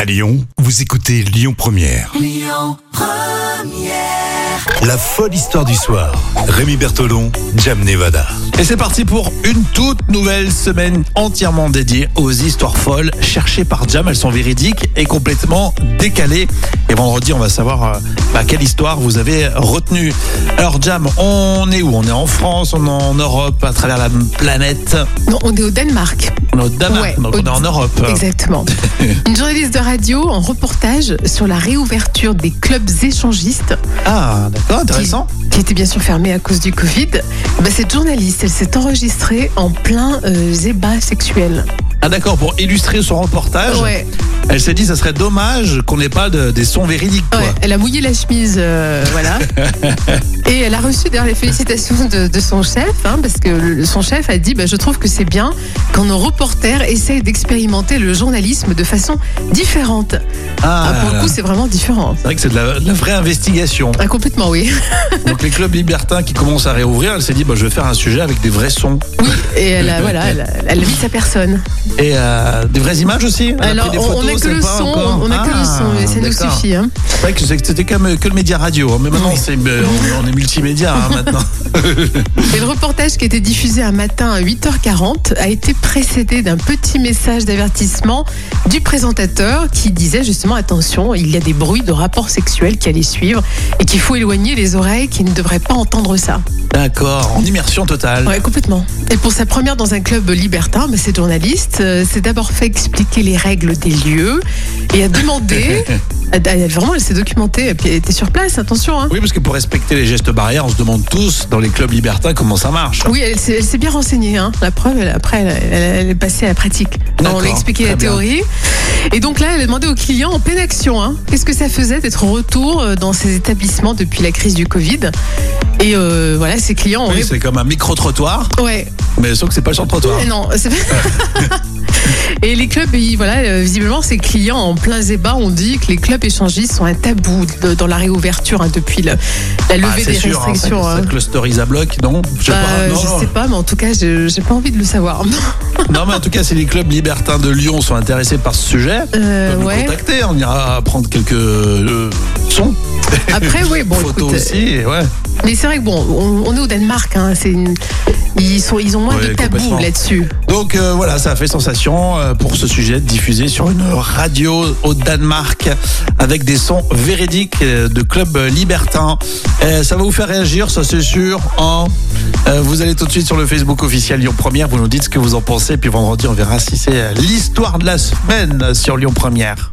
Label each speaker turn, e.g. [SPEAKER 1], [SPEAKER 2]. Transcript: [SPEAKER 1] À Lyon, vous écoutez Lyon Première. Lyon Première. La folle histoire du soir. Rémi Bertolon, Jam Nevada.
[SPEAKER 2] Et c'est parti pour une toute nouvelle semaine entièrement dédiée aux histoires folles cherchées par Jam. Elles sont véridiques et complètement décalées. Et vendredi, on va savoir euh, bah, quelle histoire vous avez retenue. Alors Jam, on est où On est en France, on est en Europe, à travers la planète.
[SPEAKER 3] Non, on est au Danemark.
[SPEAKER 2] On est au Danemark,
[SPEAKER 3] Ouais,
[SPEAKER 2] donc on
[SPEAKER 3] au-
[SPEAKER 2] est en Europe.
[SPEAKER 3] Exactement. Une journaliste de radio en reportage sur la réouverture des clubs échangistes
[SPEAKER 2] Ah, d'accord, intéressant.
[SPEAKER 3] qui étaient bien sûr fermés à cause du Covid. Bah, cette journaliste, elle s'est enregistrée en plein euh, zéba sexuel.
[SPEAKER 2] Ah d'accord, pour illustrer son reportage,
[SPEAKER 3] Ouais,
[SPEAKER 2] elle s'est dit ça serait dommage qu'on n'ait pas de- des sons véridiques. quoi.
[SPEAKER 3] ouais, elle a mouillé la chemise, euh, voilà. Et elle a reçu d'ailleurs les félicitations de, de son chef, hein, parce que le- son chef a dit bah, Je trouve que c'est bien quand nos reporters essayent d'expérimenter le journalisme de façon différente.
[SPEAKER 2] Ah,
[SPEAKER 3] Ah, pour le coup, c'est vraiment différent.
[SPEAKER 2] c'est vrai que c'est de la- de la vraie investigation.
[SPEAKER 3] Ah, complètement, oui.
[SPEAKER 2] Donc les clubs libertins qui commencent à réouvrir, elle s'est dit bah, je vais faire un sujet avec des vrais sons
[SPEAKER 3] Oui, et elle a, voilà, elle, a- elle a mis sa personne.
[SPEAKER 2] et euh, des vraies images aussi. Elle a
[SPEAKER 3] Alors,
[SPEAKER 2] pris des
[SPEAKER 3] on- on
[SPEAKER 2] photos,
[SPEAKER 3] n'a que
[SPEAKER 2] c'est
[SPEAKER 3] le
[SPEAKER 2] pas
[SPEAKER 3] son,
[SPEAKER 2] encore-
[SPEAKER 3] on n'a que le
[SPEAKER 2] Ah,
[SPEAKER 3] son, mais ça nous
[SPEAKER 2] d'accord.
[SPEAKER 3] suffit. hein.
[SPEAKER 2] C'est vrai que c'est- c'était comme euh, que le média radio, hein. mais maintenant
[SPEAKER 3] Oui.
[SPEAKER 2] c'est, euh, on, on est multimédia hein, maintenant.
[SPEAKER 3] Et le reportage qui a été diffusé un matin à 8h40 a été précédé d'un petit message d'avertissement du présentateur qui disait justement attention, il y a des bruits de rapports sexuels qui allaient suivre et qu'il faut éloigner les oreilles qui ne devraient pas entendre ça.
[SPEAKER 2] D'accord, en immersion totale.
[SPEAKER 3] Ouais, complètement. Et pour sa première dans un club libertin, bah, cette journaliste euh, s'est d'abord fait expliquer les règles des lieux et a demandé. elle- elle- vraiment, elle s'est documentée, et puis elle était sur place, attention. hein.
[SPEAKER 2] Oui, parce que pour respecter les gestes barrières, on se demande tous dans les clubs libertins comment ça marche.
[SPEAKER 3] Oui, elle s'est elle s'est bien renseignée. hein. La preuve, elle- après, elle, elle- elle est passée à la pratique.
[SPEAKER 2] D'accord,
[SPEAKER 3] On lui a expliqué
[SPEAKER 2] très
[SPEAKER 3] la
[SPEAKER 2] bien.
[SPEAKER 3] théorie. Et donc là, elle a demandé aux clients en pleine action hein, qu'est-ce que ça faisait d'être en retour euh, dans ces établissements depuis la crise du Covid. Et euh, voilà, ces clients ont
[SPEAKER 2] Oui,
[SPEAKER 3] répondu.
[SPEAKER 2] c'est comme un micro-trottoir,
[SPEAKER 3] Ouais,
[SPEAKER 2] mais sauf que c'est pas sur le trottoir.
[SPEAKER 3] Eh Non, c'est pas- Et les clubs, ils- voilà, euh, visiblement, ces clients en plein zéba ont dit que les clubs échangistes sont un tabou de- dans la réouverture hein, depuis le- la levée
[SPEAKER 2] Ah, c'est
[SPEAKER 3] des
[SPEAKER 2] sûr, hein, ça,
[SPEAKER 3] restrictions.
[SPEAKER 2] ça
[SPEAKER 3] hein.
[SPEAKER 2] clusterise à bloc, non Je sais
[SPEAKER 3] Bah,
[SPEAKER 2] pas, non,
[SPEAKER 3] je
[SPEAKER 2] non.
[SPEAKER 3] sais pas, mais en tout cas, je- j'ai pas envie de le savoir.
[SPEAKER 2] Non, mais en tout cas, si les clubs libertins de Lyon sont intéressés par ce sujet,
[SPEAKER 3] Euh,
[SPEAKER 2] peuvent nous
[SPEAKER 3] ouais.
[SPEAKER 2] contacter, on ira prendre quelques euh, sons,
[SPEAKER 3] Après, oui, bon,
[SPEAKER 2] photos
[SPEAKER 3] écoute,
[SPEAKER 2] aussi, et ouais.
[SPEAKER 3] mais c'est vrai que bon, on, on est au Danemark, hein, c'est une- ils sont, ils ont moins
[SPEAKER 2] Ouais,
[SPEAKER 3] de tabous
[SPEAKER 2] complètement.
[SPEAKER 3] là-dessus.
[SPEAKER 2] Donc euh, voilà, ça a fait sensation euh, pour ce sujet diffusé sur une radio au Danemark avec des sons véridiques euh, de clubs libertins. Euh, ça va vous faire réagir, ça c'est sûr. hein. Euh, vous allez tout de suite sur le Facebook officiel Lyon Première, vous nous dites ce que vous en pensez, puis vendredi on verra si c'est euh, l'histoire de la semaine sur Lyon Première.